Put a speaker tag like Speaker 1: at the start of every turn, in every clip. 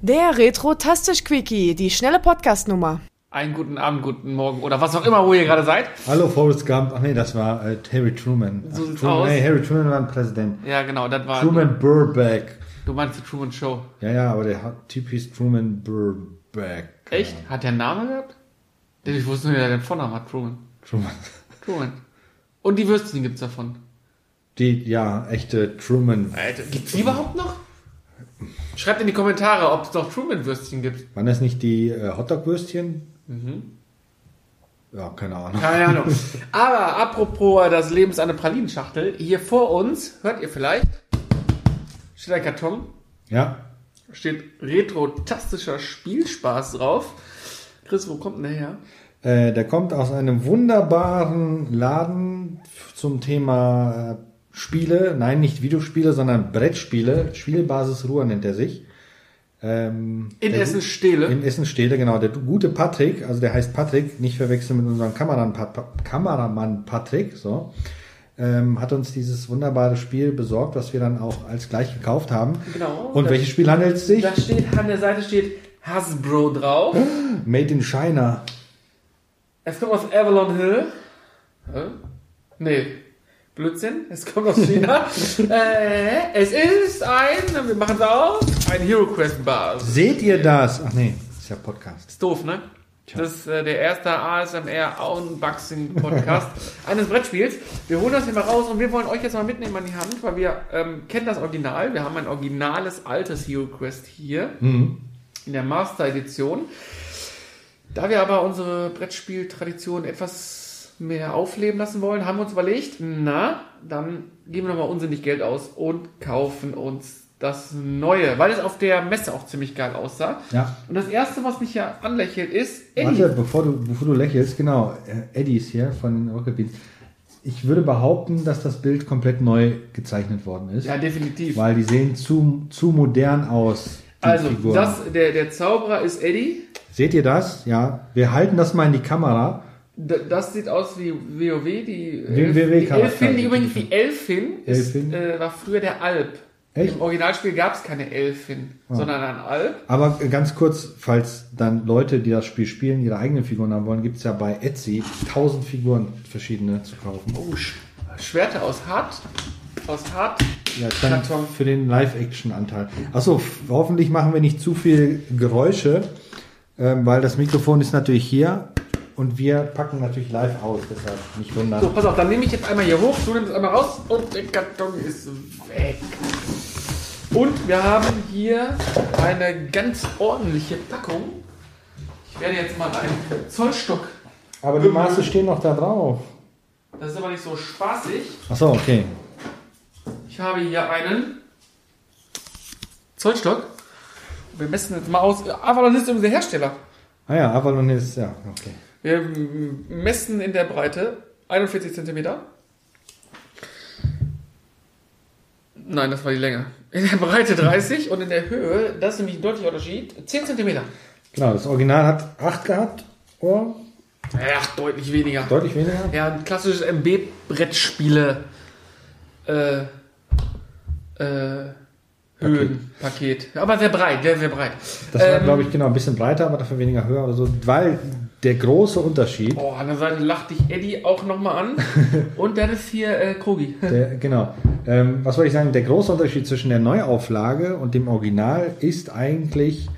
Speaker 1: Der Retro-Tastisch-Quickie, die schnelle Podcast-Nummer.
Speaker 2: Einen guten Abend, guten Morgen oder was auch immer, wo ihr gerade seid.
Speaker 3: Hallo Forrest Gump. Ach nee, das war äh, Harry Truman.
Speaker 2: So
Speaker 3: Ach,
Speaker 2: sieht's
Speaker 3: Truman
Speaker 2: aus.
Speaker 3: Nee, Harry Truman war ein Präsident.
Speaker 2: Ja, genau, das war.
Speaker 3: Truman Genau. Burbank.
Speaker 2: Du meinst die Truman Show.
Speaker 3: Ja, ja, aber der hat- Typ hieß Truman Burbank.
Speaker 2: Echt? Hat der einen Namen gehabt? Denn ich wusste nur, der den Vornamen hat, Truman.
Speaker 3: Truman.
Speaker 2: Truman. Und die Würstchen gibt's davon.
Speaker 3: Die, ja, echte Truman.
Speaker 2: Alter, gibt's die überhaupt noch? Schreibt in die Kommentare, ob es noch Truman-Würstchen gibt.
Speaker 3: Waren das nicht die äh, Hotdog-Würstchen? Mhm. Ja, keine Ahnung.
Speaker 2: Keine Ahnung. Aber apropos, äh, das Leben ist eine Pralinenschachtel. Hier vor uns, hört ihr vielleicht, steht ein Karton.
Speaker 3: Ja,
Speaker 2: Steht retrotastischer Spielspaß drauf. Chris, wo kommt denn der her?
Speaker 3: äh, der kommt aus einem wunderbaren Laden f- zum Thema äh, Spiele. Nein, nicht Videospiele, sondern Brettspiele. Spielbasis Ruhr nennt er sich. Ähm,
Speaker 2: In
Speaker 3: der-
Speaker 2: Essen-Stehle.
Speaker 3: In Essen steht er, genau. Der gute Patrick, also der heißt Patrick, nicht verwechseln mit unserem Kameramann, Pat Pat- Kameramann Patrick, so, ähm, hat uns dieses wunderbare Spiel besorgt, was wir dann auch als gleich gekauft haben.
Speaker 2: Genau.
Speaker 3: Und
Speaker 2: Da-
Speaker 3: welches Spiel handelt es sich?
Speaker 2: Da steht, an der Seite steht Hasbro drauf.
Speaker 3: Made in China.
Speaker 2: Es kommt aus Avalon Hill. Hä? Nee. Blödsinn. Es kommt aus China. äh, es ist ein, wir machen es auf, ein Hero Quest Bars.
Speaker 3: Seht ihr das? Ach nee, ist ja Podcast.
Speaker 2: Ist doof, ne? Das ist äh, der erste ASMR Unboxing Podcast eines Brettspiels. Wir holen das hier mal raus und wir wollen euch jetzt mal mitnehmen an die Hand, weil wir ähm, kennen das Original. Wir haben ein originales altes Hero Quest hier in der Master Edition. Da wir aber unsere Brettspieltradition etwas mehr aufleben lassen wollen, haben wir uns überlegt, na, dann geben wir nochmal unsinnig Geld aus und kaufen uns das Neue, weil es auf der Messe auch ziemlich geil aussah.
Speaker 3: Ja.
Speaker 2: Und das Erste, was mich ja anlächelt, ist Eddie.
Speaker 3: Warte, bevor du, bevor du lächelst, genau, äh, Eddie ist hier von den Rocket Beans. Ich würde behaupten, dass das Bild komplett neu gezeichnet worden ist.
Speaker 2: Ja, definitiv.
Speaker 3: Weil die sehen zu, zu modern aus. die
Speaker 2: Also,
Speaker 3: Figuren.
Speaker 2: das, der, der Zauberer ist Eddie.
Speaker 3: Seht ihr das? Ja. Wir halten das mal in die Kamera.
Speaker 2: D- Das sieht aus wie WoW, die
Speaker 3: Wie
Speaker 2: Elf-
Speaker 3: ein
Speaker 2: die
Speaker 3: WoW-Charakter.
Speaker 2: Elfin, die übrigens die Elfin, ist,
Speaker 3: Elfin.
Speaker 2: äh, war früher der Alp.
Speaker 3: Echt? Ah.
Speaker 2: Im Originalspiel gab es keine Elfin, sondern ein Alp.
Speaker 3: Aber ganz kurz, falls dann Leute, die das Spiel spielen, ihre eigenen Figuren haben wollen, gibt es ja bei Etsy tausend Figuren verschiedene zu kaufen.
Speaker 2: Oh, Sch Schwerter aus Hart, aus Hart,
Speaker 3: Ja, dann
Speaker 2: Karton.
Speaker 3: für den Live-Action-Anteil. Achso, hoffentlich machen wir nicht zu viel Geräusche, ähm, weil das Mikrofon ist natürlich hier und wir packen natürlich live aus, deshalb nicht wundern.
Speaker 2: So, pass auf, dann nehme ich jetzt einmal hier hoch, du nimmst es einmal raus und der Karton ist weg. Und wir haben hier eine ganz ordentliche Packung. Ich werde jetzt mal einen Zollstock.
Speaker 3: Aber die Maße stehen noch da drauf.
Speaker 2: Das ist aber nicht so spaßig.
Speaker 3: Achso, okay.
Speaker 2: Ich habe hier einen Zollstock. Wir messen jetzt mal aus. Avalon ist übrigens der Hersteller.
Speaker 3: Ah ja, Avalon ist, ja, okay.
Speaker 2: Wir m- messen in der Breite 41 cm. Nein, das war die Länge. In der Breite 30 und in der Höhe, das ist nämlich ein deutlicher Unterschied, 10 cm.
Speaker 3: Genau, das Original hat 8 gehabt, oder?
Speaker 2: Ach, deutlich weniger.
Speaker 3: Deutlich weniger.
Speaker 2: Ja, ein klassisches MB-Brettspiele äh, äh, Höhenpaket. Aber sehr breit, sehr, sehr breit.
Speaker 3: Das
Speaker 2: Ähm.
Speaker 3: war, glaube ich, genau ein bisschen breiter, aber dafür weniger höher oder so. Weil der große Unterschied,
Speaker 2: Oh, an der Seite lacht dich Eddie auch nochmal an. Und dann ist hier äh, Krogi.
Speaker 3: der, genau, ähm, was wollte ich sagen, der große Unterschied zwischen der Neuauflage und dem Original ist eigentlich,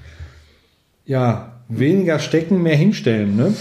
Speaker 3: ja, weniger stecken, mehr hinstellen, ne?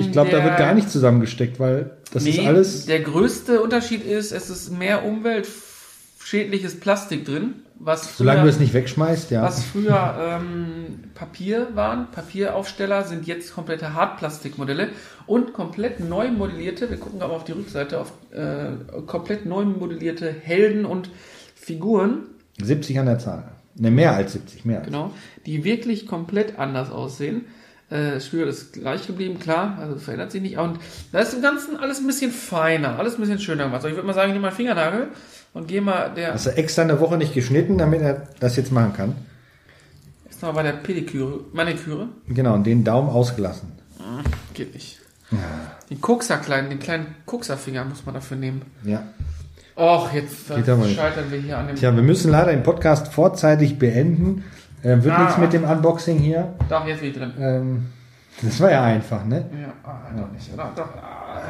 Speaker 3: Ich glaube, da
Speaker 2: Mm, der-
Speaker 3: wird gar nicht zusammengesteckt, weil das ist
Speaker 2: Nee,
Speaker 3: alles,
Speaker 2: Der größte Unterschied ist, es ist mehr umweltschädliches Plastik drin, was früher,
Speaker 3: solange du es nicht wegschmeißt, ja.
Speaker 2: was früher ähm, Papier waren. Papieraufsteller sind jetzt komplette Hartplastikmodelle und komplett neu modellierte, wir gucken aber auf die Rückseite, auf äh, komplett neu modellierte Helden und Figuren,
Speaker 3: 70 an der Zahl. Ne, mehr als 70, mehr als
Speaker 2: genau, die wirklich komplett anders aussehen. Äh, Das Spiel ist gleich geblieben, klar, also es verändert sich nicht. Und da ist im Ganzen alles ein bisschen feiner, alles ein bisschen schöner gemacht. Also ich würde mal sagen, ich nehme mal einen Fingernagel und gehe mal der
Speaker 3: Hast du extra eine Woche nicht geschnitten, damit er das jetzt machen kann?
Speaker 2: erstmal bei der Pediküre, Maniküre.
Speaker 3: Genau, und den Daumen ausgelassen.
Speaker 2: Geht nicht. Den Kokser kleinen, den kleinen Kokserfinger muss man dafür nehmen.
Speaker 3: Ja.
Speaker 2: Och, jetzt äh,
Speaker 3: Geht aber nicht.
Speaker 2: scheitern wir hier an dem.
Speaker 3: Tja, wir müssen leider den Podcast vorzeitig beenden. Ähm, wird
Speaker 2: Ah.
Speaker 3: nichts mit dem Unboxing hier.
Speaker 2: Doch, jetzt bin ich drin.
Speaker 3: Ähm, das war ja einfach, ne?
Speaker 2: Ja, ah, doch nicht, oder? Doch. Ah,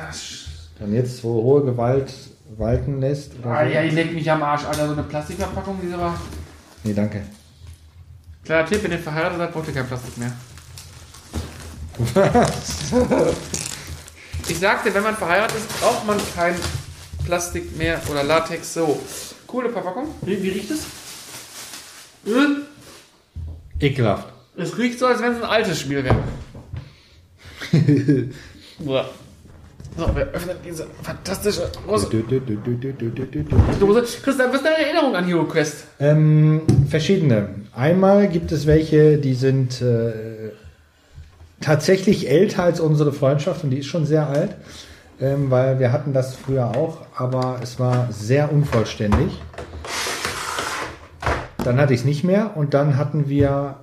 Speaker 3: Dann jetzt, wo hohe Gewalt walten lässt. Oder
Speaker 2: ah,
Speaker 3: so.
Speaker 2: ja, ich leck mich am Arsch, Alter. So eine Plastikverpackung, die war.
Speaker 3: Nee, danke.
Speaker 2: Kleiner Tipp, wenn ihr verheiratet seid, braucht ihr kein Plastik mehr. ich sagte, wenn man verheiratet ist, braucht man kein Plastik mehr oder Latex. So, coole Verpackung. Wie, wie riecht es? Hm?
Speaker 3: Ekelhaft.
Speaker 2: Es riecht so, als wenn es ein altes Spiel wäre. Uah. so, wir öffnen diese fantastische große
Speaker 3: Dü, dü, dü, dü, dü, dü, dü, dü, dü.
Speaker 2: Dose. Christian, was ist deine Erinnerung an Hero Quest?
Speaker 3: Ähm, verschiedene. Einmal gibt es welche, die sind äh, tatsächlich älter als unsere Freundschaft und die ist schon sehr alt, ähm, weil wir hatten das früher auch, aber es war sehr unvollständig. Dann hatte ich es nicht mehr und dann hatten wir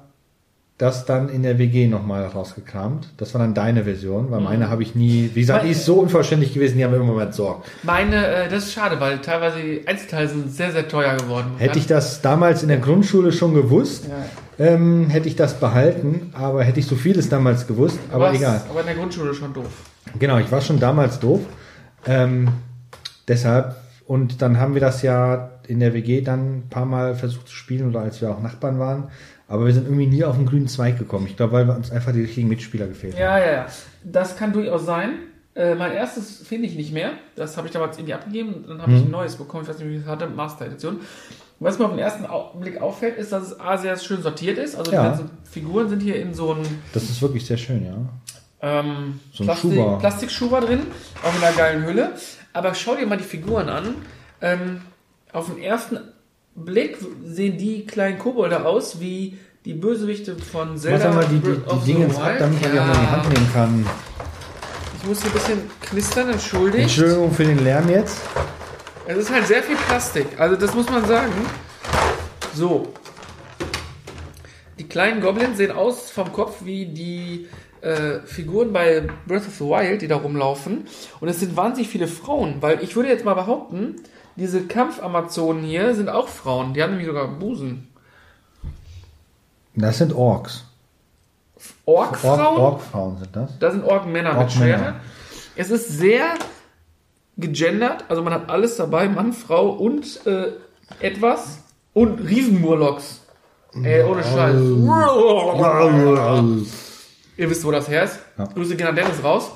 Speaker 3: das dann in der WG nochmal rausgekramt. Das war dann deine Version, weil meine habe ich nie, wie gesagt, die ist so unvollständig gewesen, die haben wir immer mal entsorgt.
Speaker 2: Meine, äh, das ist schade, weil teilweise die Einzelteile sind sehr, sehr teuer geworden.
Speaker 3: Hätte ich das damals in der Grundschule schon gewusst,
Speaker 2: Ja.
Speaker 3: ähm, hätte ich das behalten, aber hätte ich so vieles damals gewusst, aber
Speaker 2: Was?
Speaker 3: egal.
Speaker 2: Aber in der Grundschule schon doof.
Speaker 3: Genau, ich war schon damals doof. Ähm, deshalb, und dann haben wir das ja in der WG dann ein paar Mal versucht zu spielen oder als wir auch Nachbarn waren, aber wir sind irgendwie nie auf den grünen Zweig gekommen. Ich glaube, weil uns einfach die richtigen Mitspieler gefehlt haben.
Speaker 2: Ja, ja, ja. Das kann durchaus sein. Äh, mein erstes finde ich nicht mehr. Das habe ich damals irgendwie abgegeben. Dann habe ich
Speaker 3: Mhm.
Speaker 2: ein neues bekommen. Ich weiß nicht, wie ich es hatte. Master Edition. Was mir auf den ersten Au- Blick auffällt, ist, dass es A, sehr schön sortiert ist. Also
Speaker 3: Ja.
Speaker 2: die ganzen Figuren sind hier in so einem
Speaker 3: Das ist wirklich sehr schön, ja.
Speaker 2: ähm,
Speaker 3: So ein Schuber.
Speaker 2: Plastik, Plastikschuber drin, auch in einer geilen Hülle. Aber schau dir mal die Figuren an. Ähm, auf den ersten Blick sehen die kleinen Kobolde aus wie die Bösewichte von
Speaker 3: Mach
Speaker 2: Zelda.
Speaker 3: doch mal die, die,
Speaker 2: Breath of
Speaker 3: die
Speaker 2: the
Speaker 3: Dinge ins
Speaker 2: Wild.
Speaker 3: Ab, damit man die auch mal in die Hand nehmen kann.
Speaker 2: Ich muss hier ein bisschen knistern, entschuldigt.
Speaker 3: Entschuldigung für den Lärm jetzt.
Speaker 2: Es ist halt sehr viel Plastik. Also das muss man sagen. So. Die kleinen Goblins sehen aus vom Kopf wie die äh, Figuren bei Breath of the Wild, die da rumlaufen. Und es sind wahnsinnig viele Frauen, weil ich würde jetzt mal behaupten, diese Kampfamazonen hier sind auch Frauen. Die haben nämlich sogar Busen.
Speaker 3: Das sind Orks.
Speaker 2: Ork-Frauen?
Speaker 3: Ork- Ork-Frauen sind das.
Speaker 2: Da sind Orgenmänner mit
Speaker 3: Orgenmänner.
Speaker 2: Schwert. Es ist sehr gegendert, also man hat alles dabei, Mann, Frau und äh, etwas und Riesenmurlocs. Ey, ohne Scheiß. Ihr wisst, wo das her ist.
Speaker 3: Ja.
Speaker 2: Grüße gehen an Dennis raus.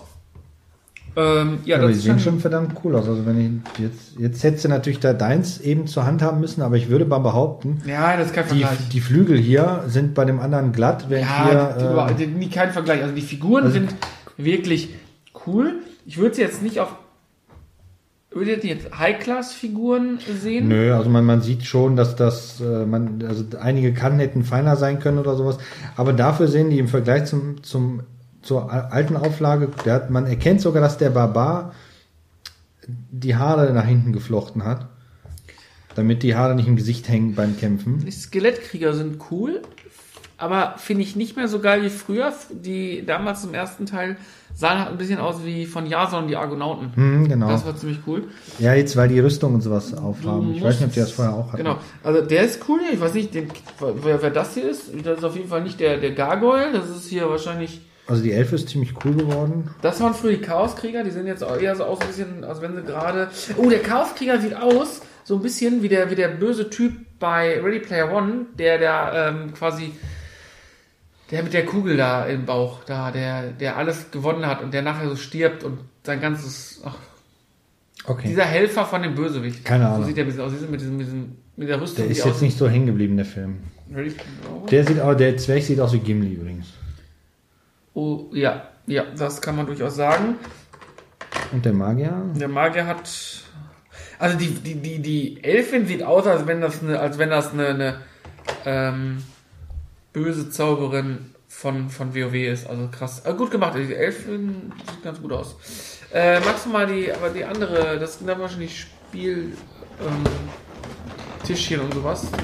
Speaker 2: Ähm, ja,
Speaker 3: Ja, aber
Speaker 2: das
Speaker 3: die
Speaker 2: ist
Speaker 3: sehen
Speaker 2: schon,
Speaker 3: schon verdammt cool aus. Also wenn ich jetzt, jetzt hättest du natürlich da deins eben zur Hand haben müssen, aber ich würde mal behaupten,
Speaker 2: Ja, das ist kein
Speaker 3: die,
Speaker 2: Vergleich.
Speaker 3: die Flügel hier sind bei dem anderen glatt, während
Speaker 2: ja, die-
Speaker 3: hier. äh,
Speaker 2: die- die- nie kein Vergleich. Also die Figuren
Speaker 3: Also-
Speaker 2: sind wirklich cool. Ich würde sie jetzt nicht auf. Würdet ihr jetzt High-Class-Figuren
Speaker 3: Äh,
Speaker 2: sehen?
Speaker 3: nö, also man, man sieht schon, dass das, äh, man, also einige Kanten hätten feiner sein können oder sowas. Aber dafür sehen die im Vergleich zum, zum, zur al- alten Auflage, der hat, man erkennt sogar, dass der Barbar die Haare nach hinten geflochten hat. Damit die Haare nicht im Gesicht hängen beim Kämpfen.
Speaker 2: Die Skelettkrieger sind cool, aber finde ich nicht mehr so geil wie früher. Die damals im ersten Teil sahen halt ein bisschen aus wie von Jason und die Argonauten.
Speaker 3: Hm, genau.
Speaker 2: Das war ziemlich cool.
Speaker 3: Ja, jetzt, weil die Rüstung und sowas aufhaben. Ich weiß nicht, ob die das
Speaker 2: musst-
Speaker 3: vorher auch hatten.
Speaker 2: Mhm, Genau. Also der ist cool. Ich weiß nicht, den, wer, wer das hier ist. Das ist auf jeden Fall nicht der, der Gargoyle. Das ist hier wahrscheinlich.
Speaker 3: Also die Elfe ist ziemlich cool geworden.
Speaker 2: Das waren früher die Chaoskrieger. Die sehen jetzt auch eher so aus, ein bisschen, als wenn sie gerade. Oh, der Chaoskrieger sieht aus so ein bisschen wie der, wie der böse Typ bei Ready Player One, der da ähm, quasi. Der mit der Kugel da im Bauch, da, der, der alles gewonnen hat und der nachher so stirbt und sein ganzes. Ach,
Speaker 3: Okay.
Speaker 2: dieser Helfer von dem Bösewicht.
Speaker 3: Keine Ahnung.
Speaker 2: So sieht der ein bisschen aus. Diese mit, diesem, mit, diesem, mit der Rüstung.
Speaker 3: der
Speaker 2: die
Speaker 3: ist
Speaker 2: aus-
Speaker 3: jetzt nicht so hängen geblieben, der Film.
Speaker 2: Ready Player One?
Speaker 3: Der sieht auch, der Zwerg sieht aus wie Gimli übrigens.
Speaker 2: Oh, ja, ja, das kann man durchaus sagen.
Speaker 3: Und der Magier?
Speaker 2: Der Magier hat. Also die, die, die, die Elfin sieht aus, als wenn das eine, als wenn das eine, eine ähm, böse Zauberin von, von WoW ist. Also krass. Äh, gut gemacht, die Elfin sieht ganz gut aus. Äh, magst du mal die, aber die andere, das sind dann wahrscheinlich Spiel ähm, Tischchen und sowas. Ne?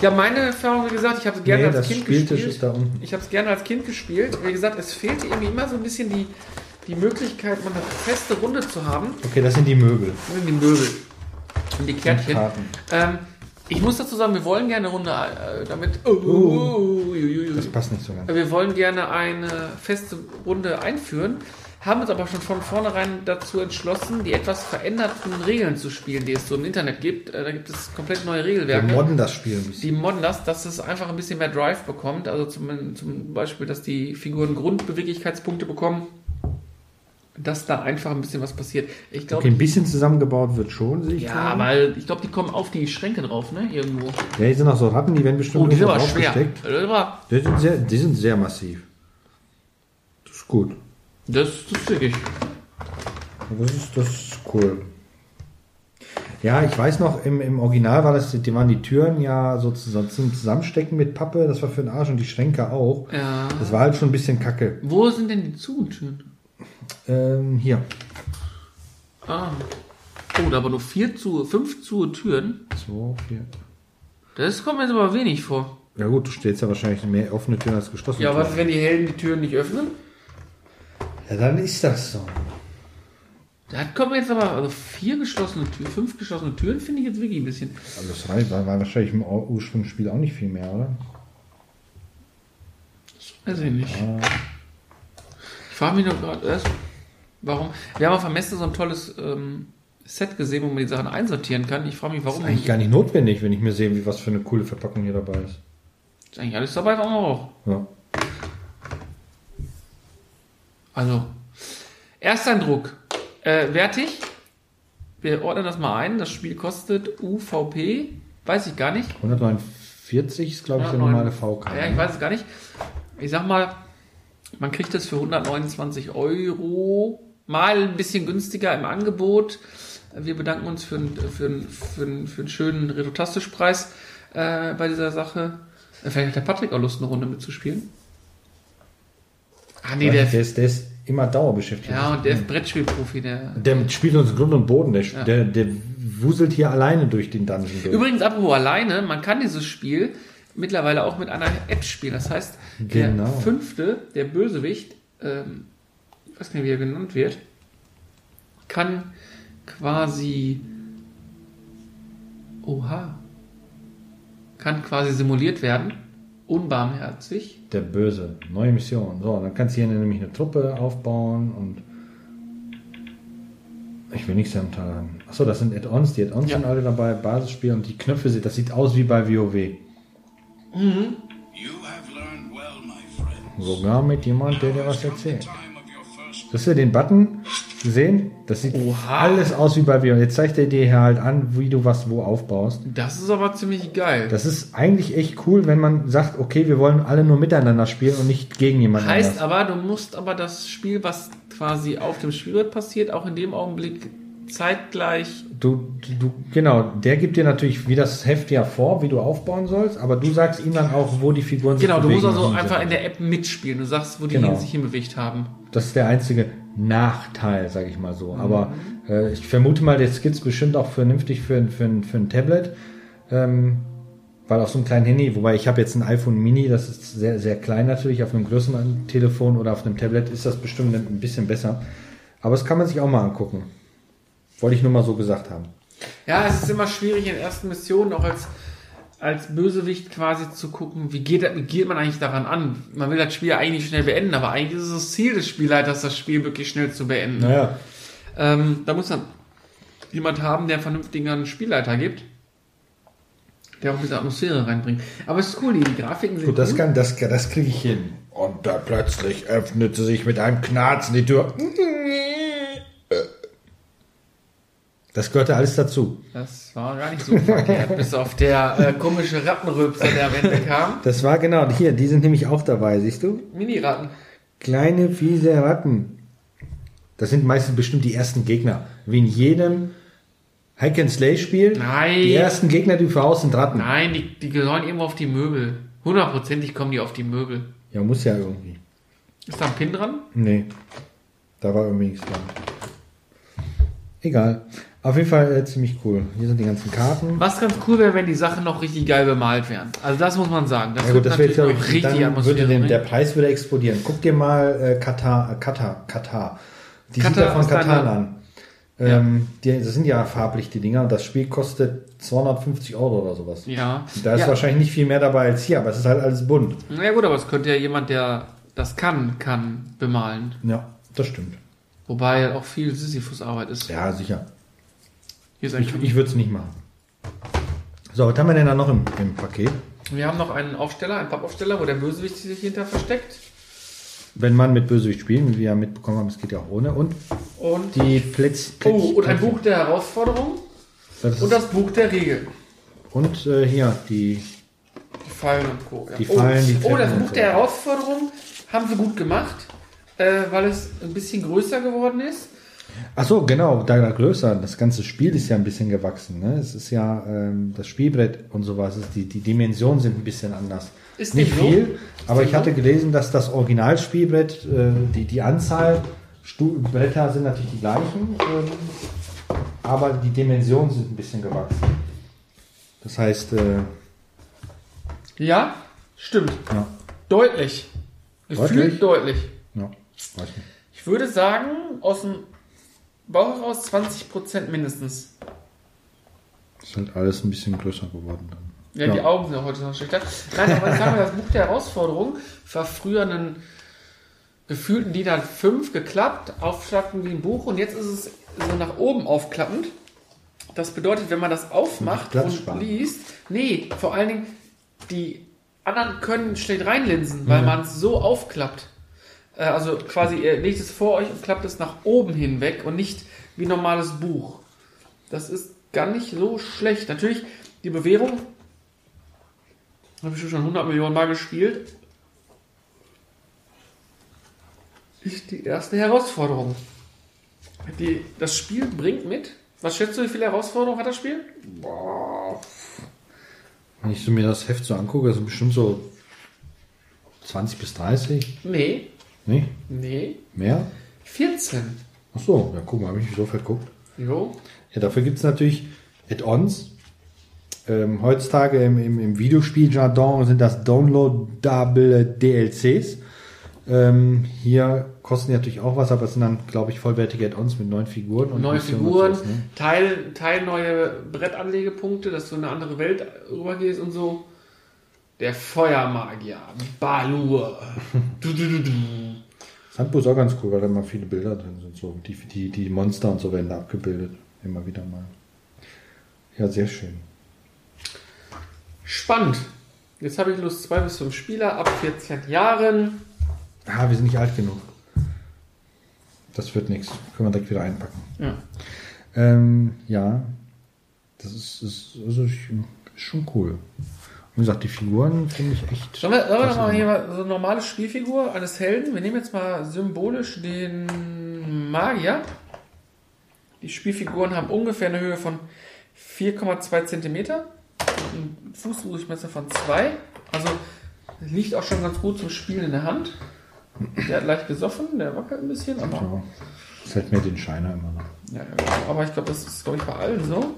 Speaker 2: Ja, meine Erfahrung, wie gesagt, ich habe gerne
Speaker 3: nee,
Speaker 2: als
Speaker 3: das
Speaker 2: Kind
Speaker 3: Spieltisch
Speaker 2: gespielt.
Speaker 3: ist da unten.
Speaker 2: Ich habe es gerne als Kind gespielt. Wie gesagt, es fehlte irgendwie immer so ein bisschen die, die Möglichkeit, mal eine feste Runde zu haben.
Speaker 3: Okay, das sind die Möbel.
Speaker 2: Das sind die Möbel und die
Speaker 3: Und
Speaker 2: Kärtchen.
Speaker 3: Karten.
Speaker 2: Ähm, Ich muss dazu sagen, wir wollen gerne eine Runde äh, damit. oh,
Speaker 3: Das passt nicht so ganz.
Speaker 2: Wir wollen gerne eine feste Runde einführen, haben uns aber schon von vornherein dazu entschlossen, die etwas veränderten Regeln zu spielen, die es so im Internet gibt. Äh, Da gibt es komplett neue
Speaker 3: Wir
Speaker 2: Regelwerke.
Speaker 3: modden das Spiel ein bisschen.
Speaker 2: Die modden das, dass es einfach ein bisschen mehr Drive bekommt. Also zum, zum Beispiel, dass die Figuren Grundbeweglichkeitspunkte bekommen. Dass da einfach ein bisschen was passiert. Ich glaube,
Speaker 3: Okay, ein bisschen zusammengebaut wird schon, sehe ich.
Speaker 2: ja,
Speaker 3: gerade.
Speaker 2: weil ich glaube, die kommen auf die Schränke drauf, ne? Irgendwo.
Speaker 3: Ja, hier sind noch so Ratten, die werden bestimmt
Speaker 2: Oh, die sind
Speaker 3: irgendwo
Speaker 2: aber schwer.
Speaker 3: draufgesteckt.
Speaker 2: Das war-
Speaker 3: Die sind, sehr, die sind sehr massiv. Das ist gut.
Speaker 2: Das ist zügig.
Speaker 3: Das ist, das ist cool. Ja, ich weiß noch, im, im Original war das, die waren die Türen ja so zusammen, zum Zusammenstecken mit Pappe, das war für den Arsch und die Schränke auch.
Speaker 2: Ja.
Speaker 3: Das war halt schon ein bisschen kacke.
Speaker 2: Wo sind denn die Zugentüren?
Speaker 3: Ähm, hier.
Speaker 2: Ah. Oh, da aber nur vier zu, fünf zu Türen.
Speaker 3: So, hier.
Speaker 2: Das kommt mir jetzt aber wenig vor.
Speaker 3: Ja gut, du stellst ja wahrscheinlich mehr offene Türen als geschlossene
Speaker 2: Ja,
Speaker 3: Türen.
Speaker 2: was ist, wenn die Helden die Türen nicht öffnen?
Speaker 3: Ja, dann ist das so.
Speaker 2: Das kommt mir jetzt aber, also vier geschlossene Türen, fünf geschlossene Türen finde ich jetzt wirklich ein bisschen.
Speaker 3: Alles rein, war war wahrscheinlich im Ur- Ursprungsspiel auch nicht viel mehr, oder?
Speaker 2: Weiß ich nicht. Ich frage mich nur gerade erst, warum. Wir haben auf der Messe so ein tolles ähm, Set gesehen, wo man die Sachen einsortieren kann. Ich frage mich, warum.
Speaker 3: Ist eigentlich gar nicht notwendig, wenn ich mir sehe, wie was für eine coole Verpackung hier dabei ist.
Speaker 2: Ist eigentlich alles dabei, warum auch?
Speaker 3: Ja.
Speaker 2: Also, Ersteindruck. Äh, wertig. Wir ordnen das mal ein. Das Spiel kostet UVP. Weiß ich gar nicht.
Speaker 3: 149 ist, glaube ich, der
Speaker 2: Ja,
Speaker 3: normale
Speaker 2: neun-
Speaker 3: VK.
Speaker 2: Ja, ich weiß es gar nicht. Ich sag mal, man kriegt das für 129 Euro mal ein bisschen günstiger im Angebot. Wir bedanken uns für, einen- für, einen- für, einen- für einen schönen Redotastisch-Preis äh, bei dieser Sache. Äh, Vielleicht hat der Patrick auch Lust, eine Runde mitzuspielen. Ah, nee,
Speaker 3: der,
Speaker 2: der,
Speaker 3: ist, der ist immer dauerbeschäftigt.
Speaker 2: ja, und der ist Brettspielprofi, der.
Speaker 3: Der spielt uns Grund und Boden. Der,
Speaker 2: Ja.
Speaker 3: der, der wuselt hier alleine durch den Dungeon durch.
Speaker 2: Übrigens, apropos alleine, man kann dieses Spiel mittlerweile auch mit einer App spielen. Das heißt,
Speaker 3: Genau.
Speaker 2: der fünfte, der Bösewicht, ähm, ich weiß nicht, wie er genannt wird, kann quasi. Oha. Kann quasi simuliert werden. Unbarmherzig.
Speaker 3: Der Böse. Neue Mission. So, dann kannst du hier nämlich eine Truppe aufbauen und. Ich will nichts am Teil haben. Achso, das sind Add-ons. Die Add-ons
Speaker 2: Ja.
Speaker 3: sind alle dabei. Basisspiel und die Knöpfe, sind- das sieht aus wie bei WoW.
Speaker 2: Mhm.
Speaker 4: You have learned well, my friend.
Speaker 3: Sogar mit jemand, der dir was erzählt.
Speaker 4: Time of your first
Speaker 3: Hast du den Button gesehen? Das sieht
Speaker 2: Oha.
Speaker 3: alles aus wie bei WoW. Jetzt zeigt er dir hier halt an, wie du was wo aufbaust.
Speaker 2: Das ist aber ziemlich geil.
Speaker 3: Das ist eigentlich echt cool, wenn man sagt, okay, wir wollen alle nur miteinander spielen und nicht gegen jemanden
Speaker 2: Heißt aber, du musst aber das Spiel, was quasi auf dem Spielbrett passiert, auch in dem Augenblick zeitgleich
Speaker 3: Du, du, genau, der gibt dir natürlich, wie das Heft ja vor, wie du aufbauen sollst, aber du sagst ihm dann auch, wo die Figuren
Speaker 2: Genau, du musst
Speaker 3: bewegen
Speaker 2: also
Speaker 3: und so.
Speaker 2: einfach in der App mitspielen. Du sagst, wo die
Speaker 3: Genau.
Speaker 2: hin- sich hinbewegt haben.
Speaker 3: Das ist der einzige Nachteil, sage ich mal so. Aber äh, ich vermute mal, jetzt gibt es bestimmt auch vernünftig für, ein- für, ein- für ein Tablet, ähm, weil auf so einem kleinen Handy, wobei ich habe jetzt ein iPhone Mini, das ist sehr, sehr klein natürlich, auf einem größeren Telefon oder auf einem Tablet ist das bestimmt ein bisschen besser. Aber das kann man sich auch mal angucken. Wollte ich nur mal so gesagt haben.
Speaker 2: Ja, es ist immer schwierig in ersten Missionen auch als, als Bösewicht quasi zu gucken, wie geht, wie geht man eigentlich daran an? Man will das Spiel ja eigentlich schnell beenden, aber eigentlich ist es das Ziel des Spielleiters, das Spiel wirklich schnell zu beenden.
Speaker 3: Naja,
Speaker 2: Ähm, da muss dann jemand haben, der einen vernünftigen Spielleiter gibt, der auch ein bisschen Atmosphäre reinbringt. Aber es ist cool, die, die Grafiken sind
Speaker 3: gut, das,
Speaker 2: gut.
Speaker 3: kann, das, kann- das kriege ich hin. Und da plötzlich öffnete sich mit einem Knarzen die Tür. Das gehörte alles dazu.
Speaker 2: Das war gar nicht so verkehrt, bis auf der äh, komische Rattenrülpser, der am Ende kam.
Speaker 3: Das war genau, hier, die sind nämlich auch dabei, siehst du?
Speaker 2: Mini-Ratten.
Speaker 3: Kleine, fiese Ratten. Das sind meistens bestimmt die ersten Gegner. Wie in jedem Hack-and-Slay-Spiel.
Speaker 2: Nein.
Speaker 3: Die ersten Gegner, die voraus sind Ratten.
Speaker 2: Nein, die, die sollen irgendwo auf die Möbel. Hundertprozentig kommen die auf die Möbel.
Speaker 3: Ja, muss ja irgendwie.
Speaker 2: Ist da ein Pin dran?
Speaker 3: Nee, da war irgendwie nichts dran. Egal. Auf jeden Fall äh, ziemlich cool. Hier sind die ganzen Karten.
Speaker 2: Was ganz cool wäre, wenn die Sachen noch richtig geil bemalt wären. Also das muss man sagen. Das wird natürlich
Speaker 3: glaub
Speaker 2: auch richtig ne?
Speaker 3: dann würde
Speaker 2: Atmosphäre.
Speaker 3: dem, der
Speaker 2: bringen.
Speaker 3: Preis würde explodieren. Guck dir mal äh, Katar, äh, Katar, Katar. Die
Speaker 2: Katar
Speaker 3: Katar von
Speaker 2: ist
Speaker 3: Katar
Speaker 2: eine-
Speaker 3: an. Ähm, die, das sind ja farblich die Dinger. Das Spiel kostet 250 Euro oder sowas.
Speaker 2: Ja.
Speaker 3: Da ist
Speaker 2: ja.
Speaker 3: wahrscheinlich nicht viel mehr dabei als hier, aber es ist halt alles bunt.
Speaker 2: Na ja, gut, aber es könnte ja jemand, der das kann, kann bemalen.
Speaker 3: Ja, das stimmt.
Speaker 2: Wobei halt auch viel Sisyphusarbeit ist.
Speaker 3: Ja, sicher.
Speaker 2: Hier ist ein
Speaker 3: Ich, ich würde es nicht machen. So, was haben wir denn da noch im, im Paket?
Speaker 2: Wir haben noch einen Aufsteller, einen Pappaufsteller, wo der Bösewicht sich hinter versteckt.
Speaker 3: Wenn man mit Bösewicht spielt, wie wir ja mitbekommen haben, es geht ja auch ohne. Und
Speaker 2: Und,
Speaker 3: die Plätz, Plätz,
Speaker 2: oh, und ein Buch der Herausforderung
Speaker 3: Das ist,
Speaker 2: und das Buch der Regeln.
Speaker 3: und äh, hier, die.
Speaker 2: Die Fallen und Co. Ja.
Speaker 3: Die Fallen, die
Speaker 2: oh, oh, das
Speaker 3: Treppen und
Speaker 2: Buch
Speaker 3: so.
Speaker 2: der Herausforderung haben sie gut gemacht, äh, weil es ein bisschen größer geworden ist.
Speaker 3: Ach so, genau, da größer. Das ganze Spiel ist ja ein bisschen gewachsen. Ne? Es ist ja ähm, das Spielbrett und sowas. Ist die, die Dimensionen sind ein bisschen anders.
Speaker 2: Ist
Speaker 3: nicht
Speaker 2: dem so?
Speaker 3: viel, aber
Speaker 2: dem
Speaker 3: ich hatte
Speaker 2: so?
Speaker 3: gelesen, dass das Originalspielbrett, äh, die, die Anzahl Stu Bretter sind natürlich die gleichen, ähm, aber die Dimensionen sind ein bisschen gewachsen. Das heißt, äh,
Speaker 2: Ja, stimmt.
Speaker 3: ja,
Speaker 2: Deutlich. Gefühlt deutlich.
Speaker 3: Deutlich? ja, weiß nicht.
Speaker 2: Ich würde sagen, aus dem Bauch heraus 20% mindestens.
Speaker 3: Ist halt alles ein bisschen größer geworden dann.
Speaker 2: Ja, die Augen sind ja heute noch schlechter. Nein, aber ich sage mal, das Buch der Herausforderung war früher einen gefühlten DIN A5 geklappt, aufschlappen wie ein Buch und jetzt ist es so nach oben aufklappend. Das bedeutet, wenn man das aufmacht
Speaker 3: Platz
Speaker 2: und
Speaker 3: sparen.
Speaker 2: liest, nee, vor allen Dingen, die anderen können schlecht reinlinsen, weil man es so aufklappt. Äh, Also quasi, ihr legt es vor euch und klappt es nach oben hinweg und nicht wie ein normales Buch. Das ist gar nicht so schlecht. Natürlich, die Bewährung habe ich schon 100 Millionen Mal gespielt. Ist die erste Herausforderung. Die, das Spiel bringt mit. Was schätzt du, wie viele Herausforderungen hat das Spiel?
Speaker 3: Wenn ich so mir das Heft so angucke, das sind bestimmt so 20 bis 30,
Speaker 2: Nee,
Speaker 3: nicht?
Speaker 2: nee,
Speaker 3: Mehr?
Speaker 2: 14.
Speaker 3: Ach so, ja, guck mal, habe ich mich so verguckt.
Speaker 2: Jo.
Speaker 3: Ja, dafür gibt es natürlich Add-ons. Ähm, heutzutage im, im, im Videospiel-Jardin sind das downloadable DLCs. Ähm, hier kosten die natürlich auch was, aber es sind dann, glaube ich, vollwertige Add-ons mit neuen Figuren. und
Speaker 2: Neue
Speaker 3: Missionen
Speaker 2: Figuren,
Speaker 3: und sowas, ne?
Speaker 2: Teil, Teil neue Brettanlegepunkte, dass du in eine andere Welt rübergehst und so. Der Feuermagier, Balur. Du, du, du, du.
Speaker 3: Das Handbuch ist auch ganz cool, weil da immer viele Bilder drin sind. So. Die, die, die Monster und so werden da abgebildet. Immer wieder mal. Ja, sehr schön.
Speaker 2: Spannend. Jetzt habe ich Lust, zwei bis fünf Spieler ab 14 Jahren.
Speaker 3: Ah, wir sind nicht alt genug. Das wird nichts. Können wir direkt wieder einpacken.
Speaker 2: Ja.
Speaker 3: Ähm, ja. Das ist, ist, also ich, ist schon cool. Wie gesagt, die Figuren finde ich echt.
Speaker 2: Sollen wir, sollen wir nochmal
Speaker 3: klasse.
Speaker 2: hier mal so eine normale Spielfigur eines Helden? Wir nehmen jetzt mal symbolisch den Magier. Die Spielfiguren haben ungefähr eine Höhe von 4,2 Zentimeter, einen Fußdurchmesser von 2. Also liegt auch schon ganz gut zum Spielen in der Hand. Der hat leicht gesoffen, der wackelt ein bisschen, aber,
Speaker 3: Ja. Das hält mir den Scheiner immer noch.
Speaker 2: ja, aber ich glaube, das ist glaube ich bei allen so.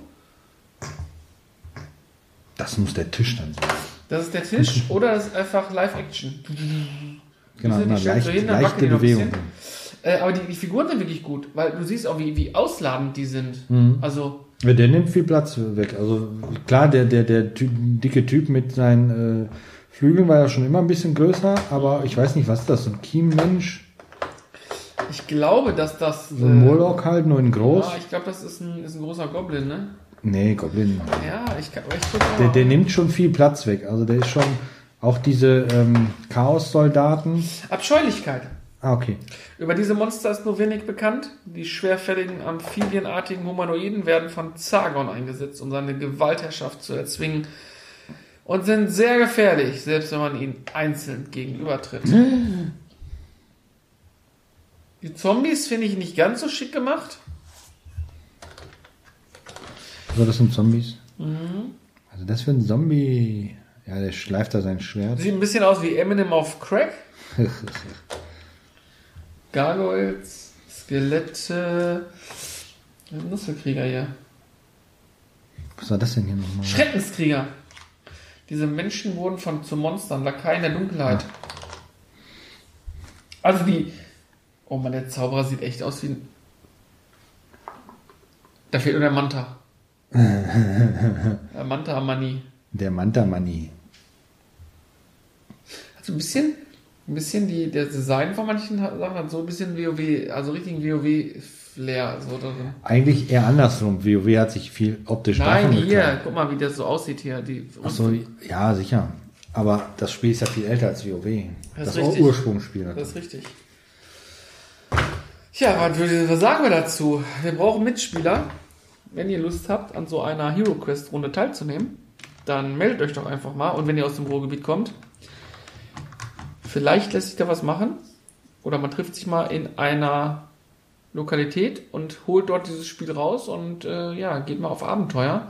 Speaker 3: Das muss der Tisch dann sein.
Speaker 2: Das ist der Tisch oder das ist einfach Live-Action.
Speaker 3: Genau,
Speaker 2: sind die
Speaker 3: immer
Speaker 2: Schritte
Speaker 3: leicht,
Speaker 2: hin, dann wackeln
Speaker 3: leichte
Speaker 2: die noch ein
Speaker 3: Bewegung.
Speaker 2: bisschen. Äh, aber die, die Figuren sind wirklich gut, weil du siehst auch, wie, wie ausladend die sind.
Speaker 3: Mhm.
Speaker 2: Also,
Speaker 3: Ja, der nimmt viel Platz weg. Also klar, der, der, der typ, dicke Typ mit seinen äh, Flügeln war ja schon immer ein bisschen größer, aber ich weiß nicht, was ist das? So ein Kiemmensch?
Speaker 2: ich glaube, dass das.
Speaker 3: So ein
Speaker 2: äh,
Speaker 3: Moloch halt, nur in groß?
Speaker 2: Ja, ich glaube, das ist ein, ist ein großer Goblin, ne?
Speaker 3: nee, Goblin.
Speaker 2: Ja, ich kann. aber Ich guck mal.
Speaker 3: Der, der nimmt schon viel Platz weg. Also der ist schon auch diese ähm, Chaos-Soldaten.
Speaker 2: Abscheulichkeit.
Speaker 3: Ah, okay.
Speaker 2: Über diese Monster ist nur wenig bekannt. Die schwerfälligen, amphibienartigen Humanoiden werden von Zagon eingesetzt, um seine Gewaltherrschaft zu erzwingen. Und sind sehr gefährlich, selbst wenn man ihnen einzeln gegenübertritt. Die Zombies finde ich nicht ganz so schick gemacht.
Speaker 3: So, das sind Zombies.
Speaker 2: Mhm.
Speaker 3: Also das für ein Zombie. Ja, der schleift da sein Schwert.
Speaker 2: Sieht ein bisschen aus wie Eminem auf Crack. Gargoyles, Skelette. Was sind das für Krieger hier?
Speaker 3: Was war das denn hier nochmal?
Speaker 2: Schreckenskrieger. Diese Menschen wurden von zu Monstern, Lakaien der Dunkelheit. Also die. Oh Mann, der Zauberer sieht echt aus wie ein. Da fehlt nur der Manta. der Manta Mani.
Speaker 3: Der Manta Mani.
Speaker 2: Also ein bisschen, ein bisschen die, das Design von manchen hat- Sachen hat so ein bisschen WoW, also richtigen WoW-Flair. So drin.
Speaker 3: Eigentlich eher andersrum. WoW hat sich viel optisch
Speaker 2: Nein,
Speaker 3: davon
Speaker 2: hier,
Speaker 3: getrennt.
Speaker 2: guck mal, wie das so aussieht hier. Die
Speaker 3: Ach so, ja, sicher. Aber das Spiel ist ja viel älter als WoW.
Speaker 2: Das
Speaker 3: Das,
Speaker 2: ist richtig.
Speaker 3: Ursprungsspiel.
Speaker 2: Das ist richtig. Tja, was, würde- was sagen wir dazu? Wir brauchen Mitspieler. Wenn ihr Lust habt, an so einer Hero Quest Runde teilzunehmen, dann meldet euch doch einfach mal. Und wenn ihr aus dem Ruhrgebiet kommt, vielleicht lässt sich da was machen. Oder man trifft sich mal in einer Lokalität und holt dort dieses Spiel raus und äh, ja, geht mal auf Abenteuer.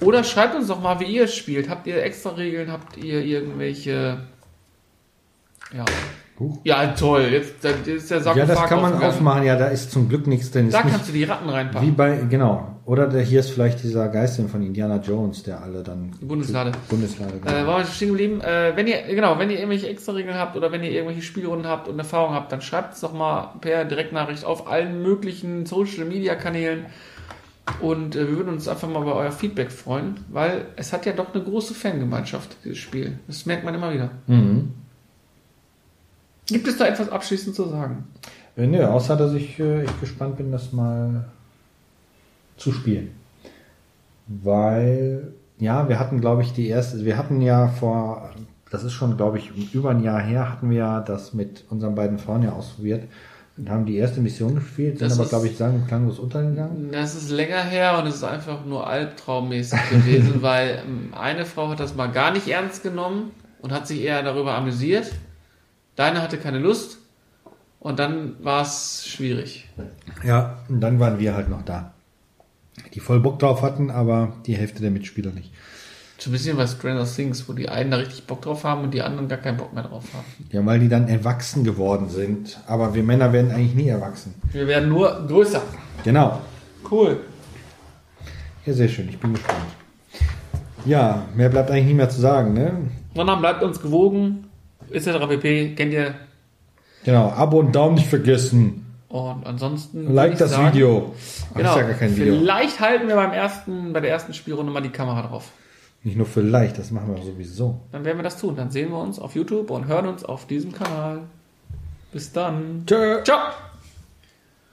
Speaker 2: Oder schreibt uns doch mal, wie ihr es spielt. Habt ihr extra Regeln? Habt ihr irgendwelche ja,
Speaker 3: Huch.
Speaker 2: ja, toll. Jetzt, da ist der Sack
Speaker 3: Ja, das
Speaker 2: Fark
Speaker 3: kann man
Speaker 2: aufgegangen.
Speaker 3: aufmachen. Ja, da ist zum Glück nichts drin.
Speaker 2: Da
Speaker 3: ist
Speaker 2: kannst du die Ratten
Speaker 3: wie
Speaker 2: reinpacken.
Speaker 3: bei, genau. Oder der, hier ist vielleicht dieser Geistin von Indiana Jones, der alle dann.
Speaker 2: Die Bundeslade.
Speaker 3: Bundeslade. genau.
Speaker 2: Äh, waren wir stehen geblieben? Äh, wenn ihr, genau, wenn ihr irgendwelche extra Regeln habt oder wenn ihr irgendwelche Spielrunden habt und Erfahrung habt, dann schreibt es doch mal per Direktnachricht auf allen möglichen Social Media Kanälen. Und äh, wir würden uns einfach mal über euer Feedback freuen, weil es hat ja doch eine große Fangemeinschaft, dieses Spiel. Das merkt man immer wieder.
Speaker 3: mhm.
Speaker 2: Gibt es da etwas abschließend zu sagen?
Speaker 3: Äh, Nö, außer dass ich äh, echt gespannt bin, das mal zu spielen. Weil, ja, wir hatten, glaube ich, die erste, wir hatten ja vor, das ist schon, glaube ich, über ein Jahr her, hatten wir ja das mit unseren beiden Frauen ja ausprobiert und haben die erste Mission gespielt, sind
Speaker 2: Das
Speaker 3: aber,
Speaker 2: ist-
Speaker 3: glaube ich, sagen und klanglos untergegangen.
Speaker 2: Das ist länger her und es ist einfach nur albtraummäßig gewesen, weil ähm, eine Frau hat das mal gar nicht ernst genommen und hat sich eher darüber amüsiert. Deine hatte keine Lust und dann war es schwierig.
Speaker 3: Ja, und dann waren wir halt noch da. Die voll Bock drauf hatten, aber die Hälfte der Mitspieler nicht.
Speaker 2: So ein bisschen bei Stranger Things, wo die einen da richtig Bock drauf haben und die anderen gar keinen Bock mehr drauf haben.
Speaker 3: Ja, weil die dann erwachsen geworden sind. Aber wir Männer werden eigentlich nie erwachsen.
Speaker 2: Wir werden nur größer.
Speaker 3: Genau.
Speaker 2: Cool.
Speaker 3: Ja, sehr schön. Ich bin gespannt. Ja, mehr bleibt eigentlich nicht mehr zu sagen, ne?
Speaker 2: Sondern bleibt uns gewogen, etc. pp. Kennt ihr?
Speaker 3: Genau. Abo und Daumen nicht vergessen.
Speaker 2: Und ansonsten. würd
Speaker 3: Like
Speaker 2: ich
Speaker 3: das
Speaker 2: sagen,
Speaker 3: Video. Ach,
Speaker 2: Genau.
Speaker 3: Ist ja gar kein Video.
Speaker 2: Vielleicht halten wir beim ersten, bei der ersten Spielrunde mal die Kamera drauf.
Speaker 3: Nicht nur vielleicht, das machen wir sowieso.
Speaker 2: Dann werden wir das tun. Dann sehen wir uns auf YouTube und hören uns auf diesem Kanal. Bis dann.
Speaker 3: Tschö.
Speaker 2: Ciao.